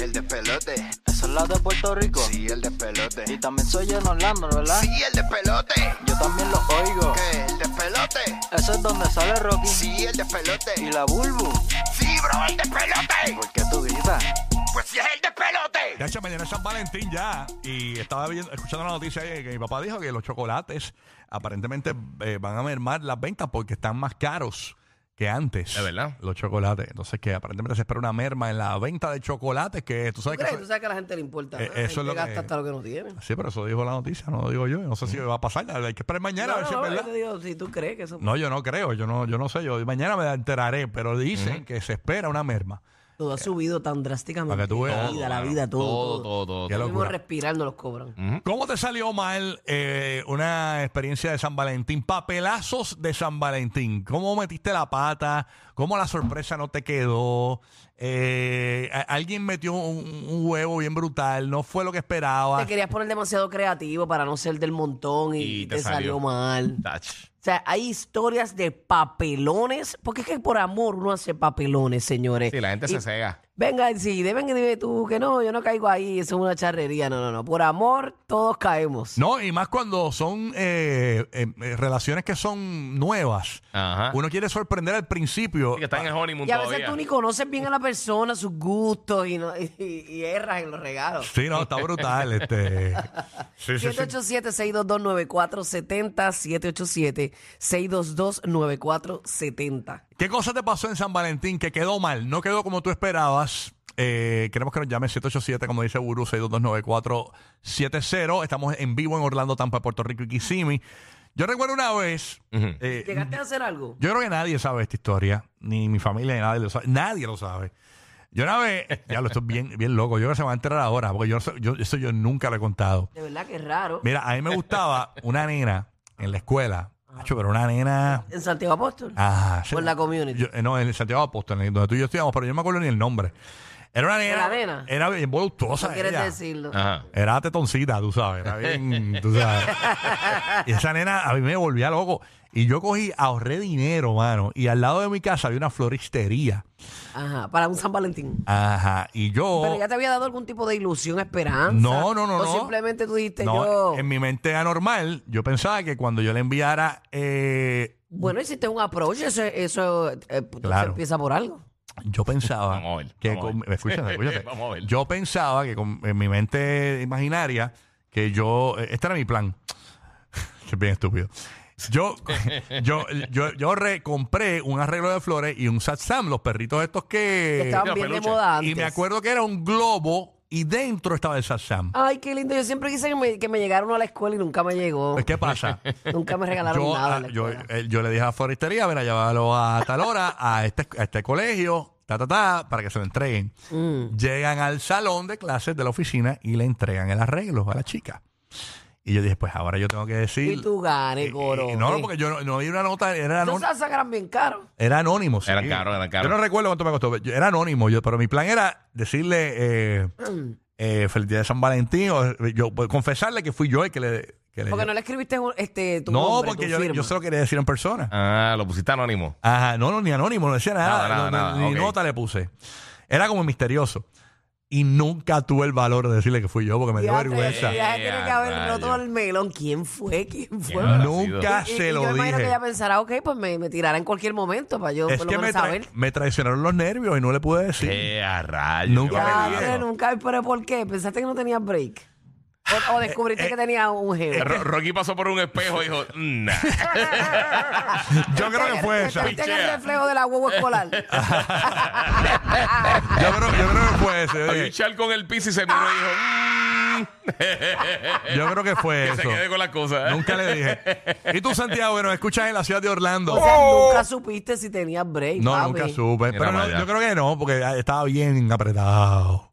el despelote. Esa es la de Puerto Rico. Sí, el despelote. Y también soy en Orlando, ¿verdad? Sí, el despelote. Yo también lo oigo. ¿Qué? El despelote. Eso es donde sale Rocky. Sí, el despelote. Y la Bulbu. Sí, bro, el despelote. ¿Por qué tú gritas? Pues sí es el despelote. De hecho, mañana es San Valentín ya. Y estaba viendo- escuchando la noticia ayer que mi papá dijo que los chocolates aparentemente eh, van a mermar las ventas porque están más caros que antes. ¿De verdad? Los chocolates. Entonces, que aparentemente se espera una merma en la venta de chocolates que tú sabes que... ¿Crees? eso- Tú sabes que a la gente le importa. Eh, nada. eso La es gente lo que- gasta hasta lo que no tiene. Sí, pero eso dijo la noticia, no lo digo yo. No sé si va a pasar. Hay que esperar mañana a ver si es yo verdad. te digo, si tú crees que eso... No, yo no creo, yo no, yo no sé, yo mañana me enteraré, pero dicen que se espera una merma. Todo ha subido tan drásticamente. Eh, Para que tú veas. La vida, la vida, todo. Todo, todo, todo. Qué Lo mismo locura. Mm. respirar no los cobran. ¿Cómo te salió mal eh, una experiencia de San Valentín? Papelazos de San Valentín. ¿Cómo metiste la pata? ¿Cómo la sorpresa no te quedó? Eh, a- alguien metió un, un huevo bien brutal, no fue lo que esperaba. Te querías poner demasiado creativo para no ser del montón y, Y te, te salió salió. mal. Touch. O sea, hay historias de papelones, porque es que por amor uno hace papelones, señores. Sí, la gente Y- se cega. Venga, sí, deben que dime tú que no, yo no caigo ahí, eso es una charrería. No, no, no. Por amor, todos caemos. No, y más cuando son eh, eh, eh, relaciones que son nuevas. Ajá. Uno quiere sorprender al principio. Ah, Sí, que está en el honeymoon Y a veces todavía. tú ni conoces bien a la persona, sus gustos y, no- y- y erras en los regalos. Sí, no, está brutal. este. Sí, sí, sí. 787-622-9470, 787-622-9470. ¿Qué cosa te pasó en San Valentín que quedó mal? No quedó como tú esperabas. Eh, queremos que nos llame 787, como dice Guru, 6229470. Estamos en vivo en Orlando, Tampa, Puerto Rico y Kissimmee. Yo recuerdo una vez, Ujú. eh, ¿Llegaste a hacer algo? yo creo que nadie sabe esta historia, ni mi familia, ni nadie lo sabe. Nadie lo sabe. Yo una vez, ya lo estoy bien, bien loco, yo creo que se va a enterar ahora, porque yo, yo- eso yo nunca lo he contado. De verdad que es raro. Mira, a mí me gustaba una nena en la escuela, Acho, pero una nena... En Santiago Apóstol. Ah, Por la community. Yo- eh, no, en Santiago Apóstol, en donde tú y yo estudiamos, pero yo no me acuerdo ni el nombre. Era una nena. ¿Era nena? Era bien voluptuosa. no quieres ella. decirlo. Ajá. Era tetoncita, tú sabes. Era bien, tú sabes. y esa nena a mí me volvía loco. Y yo cogí, ahorré dinero, mano. Y al lado de mi casa había una floristería. Ajá, para un San Valentín. Ajá. Y yo. Pero ya te había dado algún tipo de ilusión, esperanza. No, no, no, O no. simplemente tú dijiste No, yo. En mi mente anormal, yo pensaba que cuando yo le enviara eh, Bueno, hiciste un approach, eso, eso eh, pues, Claro. empieza por algo. Yo pensaba Vamos a ver, que vamos a con- ver. escúchate, escúchate. Vamos a ver. Yo pensaba que con en mi mente imaginaria que yo eh, este era mi plan. Es bien estúpido. Yo, yo, yo, yo re- compré un arreglo de flores y un satsam, los perritos estos Que que. Estaban los bien de peluches. moda antes. Eh, Y me acuerdo que era un globo y dentro estaba el satsam. Ay, qué lindo. Yo siempre quise que me, que me llegara uno a la escuela y nunca me llegó. Pues, ¿Qué pasa? Nunca me regalaron yo, nada. ah, en la yo, escuela. eh, yo le dije a la floristería, mira, llévalo a tal hora, a este, a este colegio, ta, ta, ta, para que se lo entreguen. Mm. Mm. Llegan al salón de clases de la oficina y le entregan el arreglo a la chica. Y yo dije, pues ahora yo tengo que decir... y tú ganes, Y- coro. y- no, no, porque yo no, no vi una nota, era, Los anon- salsas eran bien caros. era anónimo. sí. Eran caros, eran caros. Yo no recuerdo cuánto me costó, pero yo- era anónimo, yo, pero mi plan era decirle... Eh, eh, feliz día de San Valentín, o yo, pues, confesarle que fui yo el que le... que le- Porque no le escribiste un- este, tu no, nombre, porque tu yo, le- firma. yo se lo quería decir en persona. Ah, lo pusiste anónimo. Ajá, no, no, ni anónimo, no decía nada. Nada, nada, no, no, nada, ni ok. nota le puse. Era como misterioso. Y nunca tuve el valor de decirle que fui yo porque me dio Ya, vergüenza. ya, ya tiene que haber Rayo. roto el melón. ¿Quién fue? ¿Quién fue? Ya, nunca Y- y- se y yo lo imagino que dije. ella pensará, ok, pues me, me tirará en cualquier momento para yo Es por lo que me, menos tra- saber. me traicionaron los nervios y no le pude decir. Eh, a rayos, Nunca me qué Ya, peligroso. hombre, nunca, pero ¿por qué? ¿Pensaste que no tenía break? ¿O, o descubriste Eh, que tenía un jefe? Eh, Ro- Rocky pasó por un espejo y dijo, "Mm, nah. Yo creo que fue esa. ¿Pensaste Yo en el reflejo de la huevo escolar? creo, yo creo que fue ese. Hay oye. un charco en el piso y se miró y dijo, mmm. Yo creo que fue Que se eso. quede con las cosas. ¿eh? Nunca le dije. Y tú, Santiago, que nos escuchas en la ciudad de Orlando. o sea, nunca supiste si tenía break, no, papi. nunca supe. Mira Pero para no, allá. yo creo que no, porque estaba bien apretado.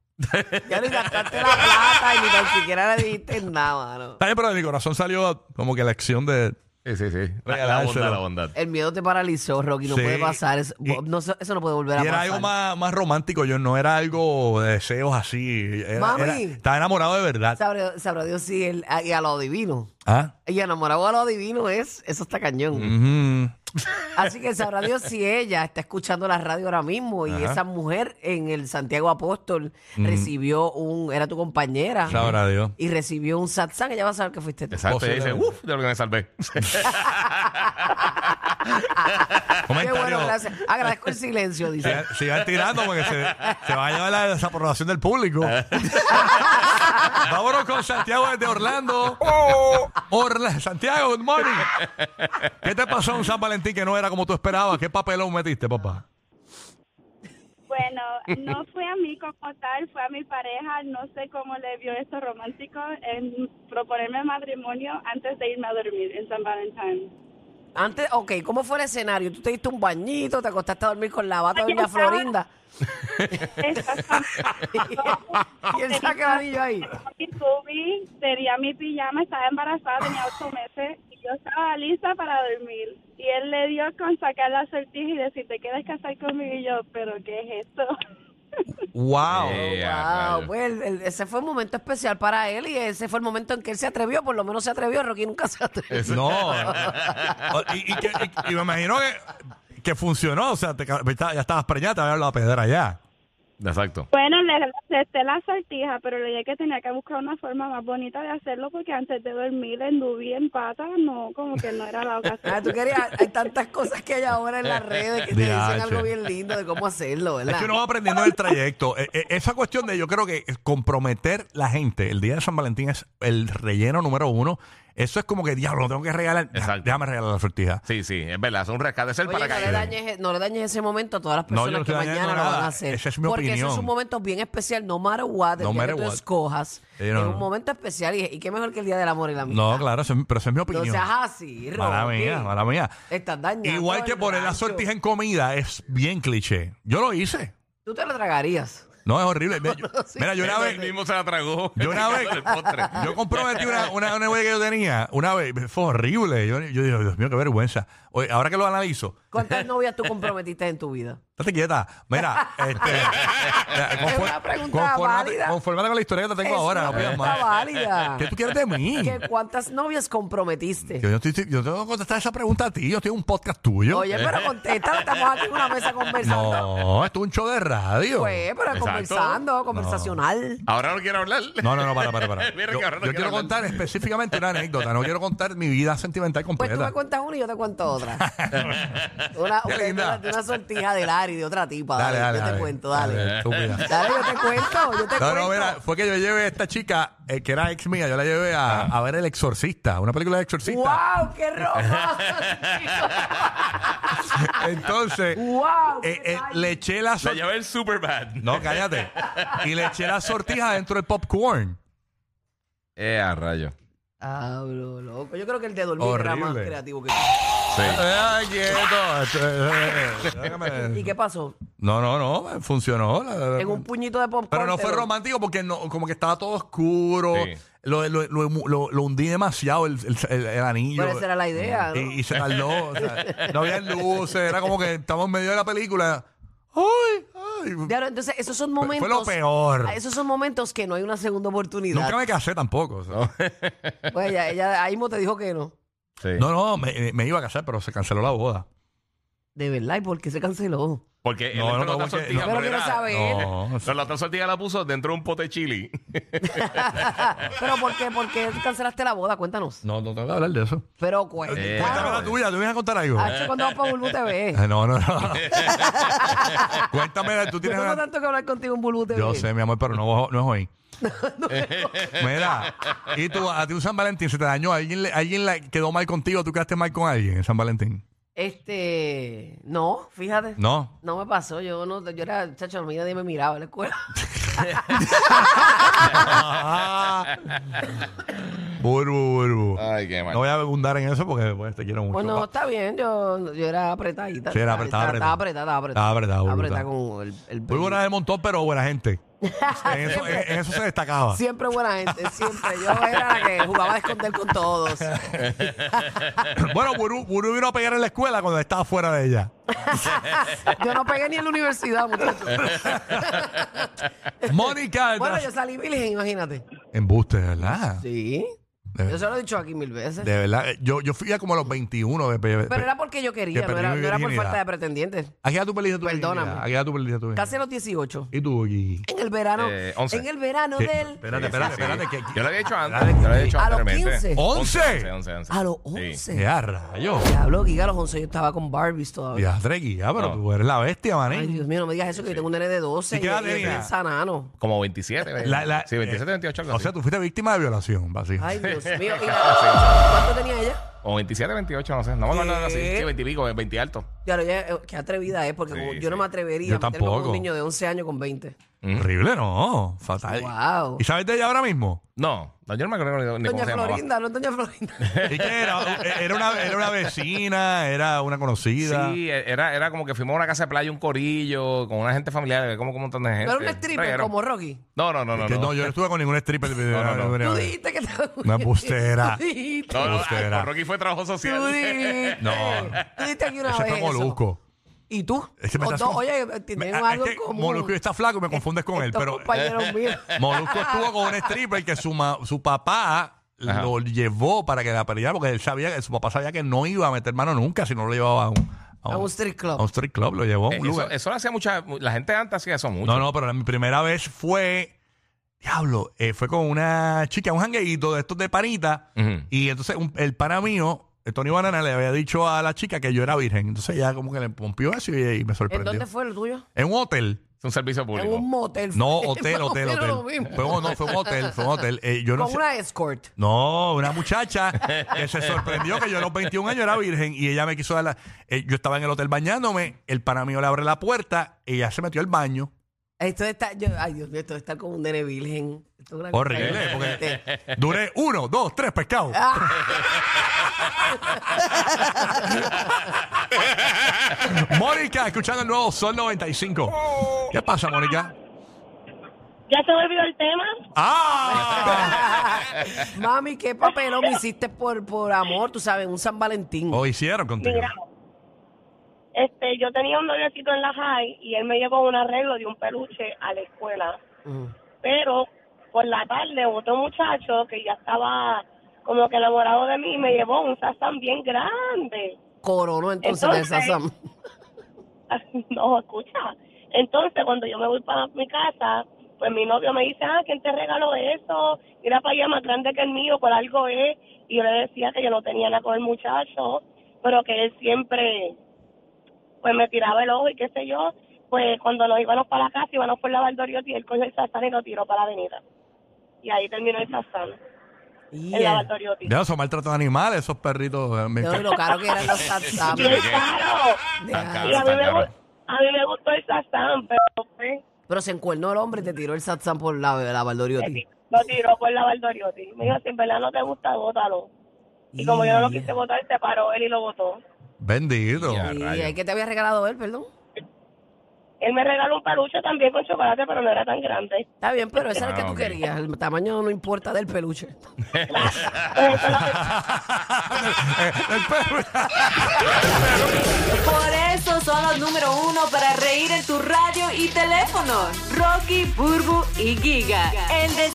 Ya ni gastaste la plata y ni tan siquiera le dijiste nada, mano. Está bien, pero de mi corazón salió como que la acción de... Sí, sí, sí. La, la Regalárselo. bondad, la bondad. El miedo te paralizó, Rocky. No Sí. puede pasar. Eso Y- no, eso eso no puede volver a Y era pasar. algo más, más romántico, yo no era algo de deseos así. Era- Mami. era- estaba enamorado de verdad. Sabrá, sabrá Dios si él, a- y a lo divino. Ah. Mm. Y enamorado a lo divino es, eso está cañón. ujú. Así que sabrá Dios si ella está escuchando la radio ahora mismo y esa mujer en el Santiago Apóstol recibió un, era tu compañera Mm. Sabrá Dios. y recibió un satsang, ella va a saber que fuiste tú. Exacto, ella dice, Posiblemente. uff, de lo que me salvé. Qué bueno, Comentario. gracias. Agradezco el silencio, dice. Sigan- Sigan tirando porque se, se va a llevar la desaprobación del público. Vámonos con Santiago desde Orlando. Orla- Santiago, good morning. ¿Qué te pasó en San Valentín que no era como tú esperabas? ¿Qué papelón metiste, papá? Bueno, no fue a mí como tal, fue a mi pareja. No sé cómo le vio esto romántico en proponerme matrimonio antes de irme a dormir en San Valentín. Antes, ok, ¿cómo fue el escenario? ¿Tú te diste un bañito, te acostaste a dormir con la bata de Oye, Doña estaba- Florinda? y él saca el anillo ahí. Oh, Y subí, sería mi pijama, estaba embarazada, tenía ocho meses y yo estaba lista para dormir. Y él le dio con sacar la sortija y decir, ¿te quieres casar conmigo? Y yo, ¿pero qué es esto? Wow. Eh, a Wow, rayos. pues el- el- ese fue un momento especial para él y ese fue el momento en que él se atrevió, por lo menos se atrevió, Rocky nunca se atrevió. No. O- y, y que- y- y me imagino que, que funcionó. O sea, te ca- pues, ya estabas preñada, te había hablado la pedra ya. Exacto. Bueno, le acepté la sortija, pero le dije que tenía que buscar una forma más bonita de hacerlo porque antes de dormir enduví en patas, no, como que no era la Ah, ocasión. tú querías, hay tantas cosas que hay ahora en las redes que te dicen Diache. algo bien lindo de cómo hacerlo, ¿verdad? Es que uno va aprendiendo en el trayecto. Eh, eh, esa cuestión de yo creo que comprometer la gente el día de San Valentín es el relleno número uno. Eso es como que, diablo, tengo que regalar. Ya, Exacto. Déjame regalar la sortija. Sí, sí, es verdad, es un rescate, es el Oye, no le, paracaídas. dañes, e, no le dañes ese momento a todas las No, yo personas no que estoy dañando mañana lo nada. van a hacer. Esa es mi porque ese es opinión. un momento bien especial, no matter what, el No día matter que tú what. escojas. Sí, no, es no. un momento especial y, y qué mejor que el Día del Amor y la Amistad. No, claro, eso es mi- pero esa es mi No opinión. seas así, Rocky. mala mía, mala mía. Estás dañando Igual que el poner la rancho. sortija en comida es bien cliché. Yo lo hice. Tú te lo tragarías. No, es horrible. Mira, yo- sí. Mira, yo una vez... Él mismo se la tragó. Yo una vez, El postre. yo comprometí una, una, una novia que yo tenía, una vez, fue horrible. Yo, yo digo, Dios mío, qué vergüenza. Oye, ahora que lo analizo, ¿Cuántas novias tú comprometiste en tu vida? Estate quieta. Mira, este. eh, mira, Es una pregunta conformate- válida. conformate con la historia que te tengo Es ahora, una no pidas pregunta más. válida. ¿Qué tú quieres de mí? ¿Que ¿Cuántas novias Yo, comprometiste? no estoy- estoy- yo tengo que contestar esa pregunta a ti. Yo eh. tengo un podcast tuyo. Oye, pero contesta, estamos aquí en una mesa conversando. no, esto es un show de radio. Pues, pero Exacto. conversando, conversacional. Ahora no quiero hablar. No, no, no, para, para, para. Mira Yo, que ahora no yo quiero quiero hablar. contar específicamente una anécdota. No quiero contar mi vida sentimental Pues tú completa. me cuentas una y yo te cuento otra. una, Qué una- linda. de una sortija de Lari, de otra tipa. Dale, dale, dale. yo te dale. cuento, dale. Dale, Dale, estúpida. yo te cuento, yo te No, cuento. no, mira, fue que yo llevé a esta chica, eh, que era ex mía, yo la llevé a, a ver El Exorcista, una película de Exorcista. ¡Wow! ¡Qué ropa! Entonces, ¡Wow! eh, qué eh, tal. le eché la La sortija. llevé el Superbad. No, cállate. Y le eché la sortija dentro del popcorn. Eh, a rayo. Hablo, loco. Yo creo que el de dormir era más Horrible. creativo que Sí. Ay, quieto. Eh, ¿Y déjame- qué pasó? No, no, no, funcionó. La- la- En un puñito de popcorn. Pero no te fue lo- romántico porque no, como que estaba todo oscuro. Sí. Lo, lo, lo, lo- lo hundí demasiado el, el- el- el anillo. Pero esa era la idea, ¿no? Y, y se tardó. o sea, no había luces. Era como que estamos en medio de la película. ¡Ay! ay. Claro, entonces esos son momentos. lo peor. Esos son momentos que no hay una segunda oportunidad. Nunca me casé tampoco. o sea. Pues ella, ella ahí mismo te dijo que no. Sí. No, no, me, me iba a casar, pero se canceló la boda. De verdad, ¿y por qué se canceló? Porque él No, entró no, en otra no, porque- sortija, no. Pero pero quiero era- saber. No, Pero la otra sortija la puso dentro de un pote de chili. Pero ¿por qué, por qué cancelaste la boda? Cuéntanos. No, no tengo que hablar de eso. Pero cuéntanos. Eh, Cuéntame la tuya, tú vienes a contar algo. Hacho, cuando vas para Bulbu TV. Ah, No, no, no. Cuéntame, tú Yo tienes. tengo una- tanto que hablar contigo en Bulbu TV. Yo sé, mi amor, pero no, no es hoy. Mira, y tú, a ti un San Valentín se te dañó. ¿Alguien, le- alguien la quedó mal contigo? ¿Tú quedaste mal con alguien en San Valentín? Este, no, fíjate. No. No me pasó, yo no, yo era, chacho, mira, nadie me miraba en la escuela. Burbu, burbu. Ay, qué mal. No voy a abundar en eso porque pues, te quiero mucho. Bueno, Va. está bien, yo, yo era apretadita. Sí, era apretada, Estaba apretada. apretada, estaba apretada. Estaba apretada, Estaba brutal. con el, el Muy buena del montón, pero buena gente. En eso, en- en eso se destacaba. Siempre buena gente, siempre. Yo era la que jugaba a esconder con todos. Bueno, Burbu, Burbu vino a pegar en la escuela cuando estaba fuera de ella. Yo no pegué ni en la universidad, muchachos. Mónica. Bueno, yo salí virgen, imagínate. Embuste, ¿verdad? Sí. De, Yo se lo he dicho aquí mil veces. de verdad. eh, Yo, yo fui a como a los 21. de- de- Pero de- era porque yo quería, que no era, perdí mi no era por virginidad. falta de pretendientes. Aquí ya tú perdiste tu Perdóname. virginidad, Aquí ya tú perdiste tu Casi a virginidad. los 18. ¿Y tú, Gigi? En el verano. Eh, once. En el verano Sí, del. Espérate, espérate, espérate. que- Yo lo había hecho antes. Dale, Yo lo había hecho ¿A los anteriormente. 15? ¿Once? 11, 11, 11. A los Sí. 11. ¡Eh, a rayos! Diablo, Giga, a los 11 yo estaba con Barbies todavía. Ya, Treki, ya, pero No. tú eres la bestia, mané. Ay, Dios mío, no me digas eso, que yo tengo un nene de ¿Y 12 y, qué edad y es tenía? bien sanano. Como 27. ¿verdad? La- la- sí, 27, eh, 28. Algo O sea, tú fuiste víctima de violación, básicamente. Ay, Dios mío. ¿Y Sí. la- ¿Cuánto tenía ella? O 27, 28, no sé. No me acuerdo nada así. ¿Qué? Sí, 20 y pico, 20 y alto. Ya, lo- ya, eh, qué atrevida es, porque Sí, como yo no sí. me atrevería Yo a meterme con tampoco. un niño de 11 años con 20. Horrible, no. Fatal. Wow. ¿Y sabes de ella ahora mismo? No, no, yo no me acuerdo ni, ni Doña cómo se llamaba. Florinda, no es Doña Florinda. ¿Y qué era? Eh, Era una, era una vecina, era una conocida. Sí, e-, era, era como que fuimos a una casa de playa, un corillo, con una gente familiar, como con un montón de gente. Pero un stripper Reguero. como Rocky. No, no, no, no. Que no. no, yo no estuve con ningún stripper. eh, No, no, Tú dijiste que estaba. Una embustera. Tú dijiste. No, no, Usted ay, era. con Rocky fue trabajo social. Tú dijiste. No. Tú dijiste aquí una Ese vez. fue eso. Molusco. ¿Y tú? Ese me Los estás dos, con- oye, tienen Me- ah, algo es en que común. Molusco está flaco y me confundes con él, Estos pero eh, compañeros míos. Molusco estuvo con un stripper que su, ma- su papá Ajá. lo llevó para que la peleara porque él sabía que su papá sabía que no iba a meter mano nunca si no lo llevaba a un, A un strip club. A un strip club lo llevó a Eh, Oh, un eso, lugar. eso lo hacía mucha. La gente antes hacía eso mucho. No, no, pero la- mi primera vez fue, diablo, eh, fue con una chica, un jangueíto de estos de panita. Ujú. Y entonces un- el pana mío, el Tony Banana, le había dicho a la chica que yo era virgen. Entonces ella como que le pompió eso y, y me ¿En sorprendió. dónde fue el tuyo? En un hotel. Es un servicio En público. un motel. No, Más hotel, o hotel, menos hotel. lo mismo. Fue un, no, fue un hotel, fue un hotel. Eh, yo no Con sé- una escort. No, una muchacha que se sorprendió que yo a los 21 años era virgen y ella me quiso dar la... eh, yo estaba en el hotel bañándome, el pana mío le abre la puerta, ella se metió al baño. Esto está, yo, ay Dios mío, esto está con un nene virgen. Esto es una cosa Horrible, que- porque duré uno, dos, tres pescados. Mónica, escuchando el nuevo Sol 95. ¿Qué pasa, Mónica? Ya se me olvidó el tema. ¡Ah! Mami, qué papelón me hiciste por, por amor, tú sabes, un San Valentín. Lo hicieron contigo. Mira, este, yo tenía un noviocito en la high y él me llevó un arreglo de un peluche a la escuela. Mm. Pero por la tarde otro muchacho que ya estaba como que enamorado de mí me llevó un sasán bien grande. Coronó entonces, Entonces- de esa Sam. no, escucha. Entonces, cuando yo me voy para mi casa, pues mi novio me dice, ah, ¿quién te regaló eso? Era para allá más grande que el mío, por algo es. Y yo le decía que yo no tenía nada con el muchacho, pero que él siempre, pues me tiraba el ojo y qué sé yo. Pues cuando nos íbamos para la casa, íbamos por la Valdoriotti, él cogió el sasán y lo tiró para la avenida. Y ahí terminó el sasán, en la Yeah. Valdoriotti. Ya, esos maltratos animales, esos perritos. eh, me Yo, encantan. lo caro que eran los Sam. Bien caro. "Ah, Tan Y a caro, mí tan me, caro. gu- a mí me gustó el sasán, pero pues... Pero se encuernó el hombre y te tiró el satsam por la, la Valdoriotti. Lo tiró por la Valdoriotti. Me dijo, si en verdad no te gusta, bótalo. Y como yo no lo quise votar, se paró él y lo votó. Bendito. Ya. Y Rayos. ¿qué que te había regalado él, perdón. Él me regaló un peluche también con chocolate, pero no era tan grande. Está bien, pero ese era el Ah, que tú ok. querías. El tamaño no importa del peluche. Eh, el perro. Por eso son los número uno para reír en tu radio y teléfono. Rocky, Burbu y Giga. El de